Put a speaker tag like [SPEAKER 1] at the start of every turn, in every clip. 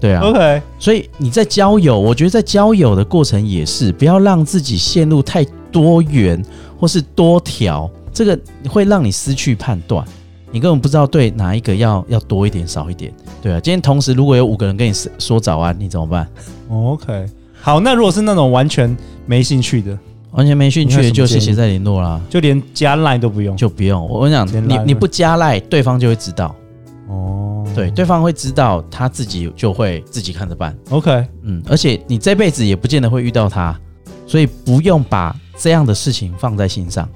[SPEAKER 1] 对啊。
[SPEAKER 2] OK，
[SPEAKER 1] 所以你在交友，我觉得在交友的过程也是，不要让自己陷入太多元或是多条，这个会让你失去判断，你根本不知道对哪一个要要多一点少一点，对啊。今天同时如果有五个人跟你说说早安，你怎么办？
[SPEAKER 2] OK，好，那如果是那种完全没兴趣的，
[SPEAKER 1] 完全没兴
[SPEAKER 2] 你有什
[SPEAKER 1] 趣
[SPEAKER 2] 么
[SPEAKER 1] 就谢
[SPEAKER 2] 建
[SPEAKER 1] 谢
[SPEAKER 2] 议
[SPEAKER 1] 再联络啦，
[SPEAKER 2] 就连加 line 都不用。
[SPEAKER 1] 就不用。我跟你讲
[SPEAKER 2] 直接，
[SPEAKER 1] 你
[SPEAKER 2] 赖
[SPEAKER 1] 你
[SPEAKER 2] 了
[SPEAKER 1] 不加赖，对方就会知道，
[SPEAKER 2] 哦，
[SPEAKER 1] 对，对方会知道，他自己就会自己看着办。
[SPEAKER 2] ，OK，
[SPEAKER 1] 嗯，而且你这辈子也不见得会遇到他，所以不用把这样的事情放在心上，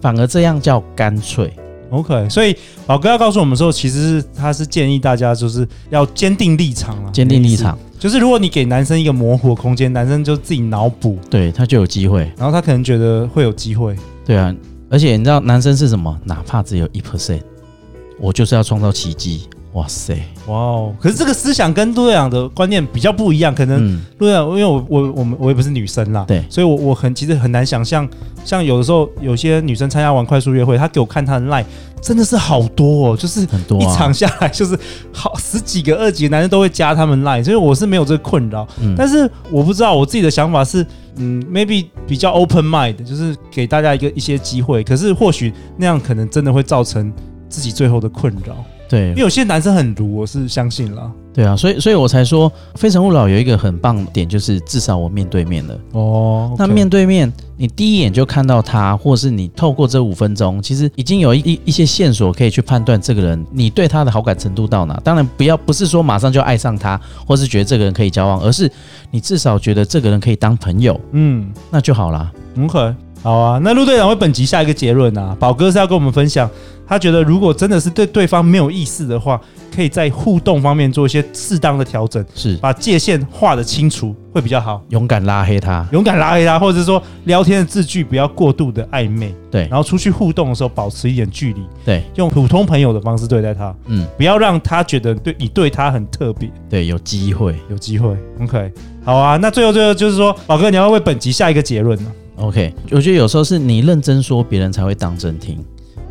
[SPEAKER 1] 反而这样叫干脆。
[SPEAKER 2] OK，所以老哥要告诉我们说，其实是他是建议大家就是要坚定立场了，
[SPEAKER 1] 坚定立场，
[SPEAKER 2] 就是如果你给男生一个模糊的空间，男生就自己脑补，
[SPEAKER 1] 对他就有机会。
[SPEAKER 2] 然后他可能觉得会有机会。
[SPEAKER 1] 对啊，而且你知道男生是什么？哪怕只有一 percent，我就是要创造奇迹。哇塞，
[SPEAKER 2] 哇哦！可是这个思想跟陆队长的观念比较不一样，可能
[SPEAKER 1] 嗯，
[SPEAKER 2] 陆队啊长，因为我我我们我也不是女生啦，
[SPEAKER 1] 对
[SPEAKER 2] 所以我我很其实很难想象，像有的时候有些女生参加完快速约会，她给我看她的 line，真的是好多哦，就是
[SPEAKER 1] 很多、啊、
[SPEAKER 2] 一场下来就是好十几个、二十几个男生都会加他们 line，所以我是没有这个困扰。
[SPEAKER 1] 嗯
[SPEAKER 2] 但是我不知道我自己的想法是，嗯，maybe 比较 open mind，就是给大家一个一些机会。可是或许那样可能真的会造成自己最后的困扰。
[SPEAKER 1] 对
[SPEAKER 2] 因为，有些男生很毒，我是相信啦。
[SPEAKER 1] 对啊，所以所以我才说《非诚勿扰》有一个很棒的点，就是至少我面对面了。
[SPEAKER 2] 哦
[SPEAKER 1] 那面对面，你第一眼就看到他，或是你透过这五分钟，其实已经有一一一些线索可以去判断这个人你对他的好感程度到哪。当然，不要不是说马上就爱上他，或是觉得这个人可以交往，而是你至少觉得这个人可以当朋友，
[SPEAKER 2] 嗯
[SPEAKER 1] 那就好啦。
[SPEAKER 2] ，OK，好啊。那陆队长为本集下一个结论啊，宝哥是要跟我们分享，他觉得如果真的是对对方没有意思的话，可以在互动方面做一些适当的调整，
[SPEAKER 1] 是
[SPEAKER 2] 把界限画得清楚会比较好。
[SPEAKER 1] 勇敢拉黑他，
[SPEAKER 2] 勇敢拉黑他，或者是说聊天的字句不要过度的暧昧，
[SPEAKER 1] 对
[SPEAKER 2] 然后出去互动的时候保持一点距离，
[SPEAKER 1] 对，
[SPEAKER 2] 用普通朋友的方式对待他，
[SPEAKER 1] 嗯，
[SPEAKER 2] 不要让他觉得对你对他很特别。
[SPEAKER 1] 对，有机会。
[SPEAKER 2] 有机会，OK，好啊。那最后最后就是说，宝哥，你要为本集下一个结论呢、
[SPEAKER 1] OK，我觉得有时候是你认真说，别人才会当真听，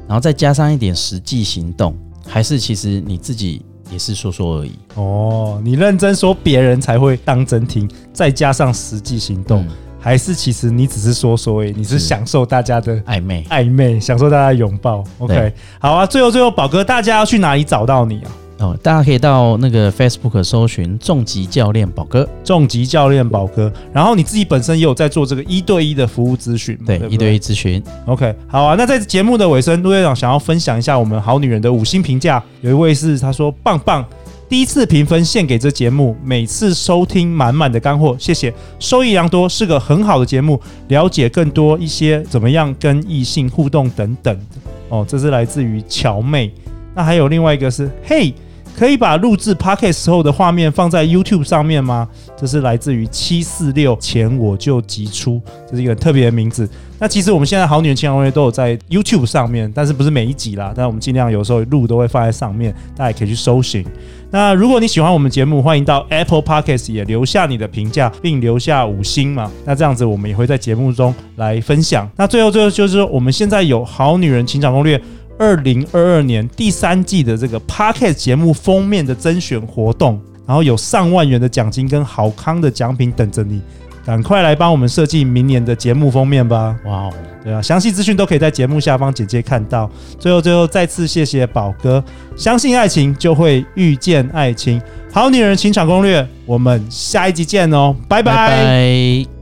[SPEAKER 1] 然后再加上一点实际行动，还是其实你自己也是说说而已。
[SPEAKER 2] 哦，你认真说，别人才会当真听，再加上实际行动，
[SPEAKER 1] 嗯
[SPEAKER 2] 还是其实你只是说说而已，你是
[SPEAKER 1] 是
[SPEAKER 2] 享受大家的
[SPEAKER 1] 暧昧，
[SPEAKER 2] 暧昧，享受大家的拥抱。OK，
[SPEAKER 1] 对
[SPEAKER 2] 好啊。最后最后，宝哥，大家要去哪里找到你啊？
[SPEAKER 1] 哦，大家可以到那个 Facebook 搜寻“重疾教练宝哥
[SPEAKER 2] 重疾教练宝哥，然后你自己本身也有在做这个一对一的服务咨询嘛”，
[SPEAKER 1] 对，
[SPEAKER 2] 不
[SPEAKER 1] 一对一咨询。
[SPEAKER 2] OK，好啊。那在节目的尾声，陆队长想要分享一下我们好女人的五星评价。有一位是他说棒棒，第一次评分献给这节目，每次收听满满的干货，谢谢，收益良多，是个很好的节目，了解更多一些怎么样跟异性互动等等的哦，这是来自于乔妹。那还有另外一个是嘿。可以把录制 podcast 时候的画面放在 YouTube 上面吗？这是来自于七四六前我就即出，这是一个很特别的名字。那其实我们现在《好女人情感攻略》都有在 YouTube 上面，但是不是每一集啦，但我们尽量有时候录都会放在上面，大家也可以去搜寻。那如果你喜欢我们节目，欢迎到 Apple Podcast 也留下你的评价，并留下五星嘛。那这样子我们也会在节目中来分享。那最后最后就是说，我们现在有《好女人情感攻略》。二零二二年第三季的这个 Podcast 节目封面的甄选活动，然后有上万元的奖金跟好康的奖品等着你，赶快来帮我们设计明年的节目封面吧！
[SPEAKER 1] 哇哦，
[SPEAKER 2] 对啊，详细资讯都可以在节目下方简介看到。最后，最后再次谢谢宝哥，相信爱情就会遇见爱情，好女人情场攻略，我们下一集见哦，拜拜
[SPEAKER 1] 拜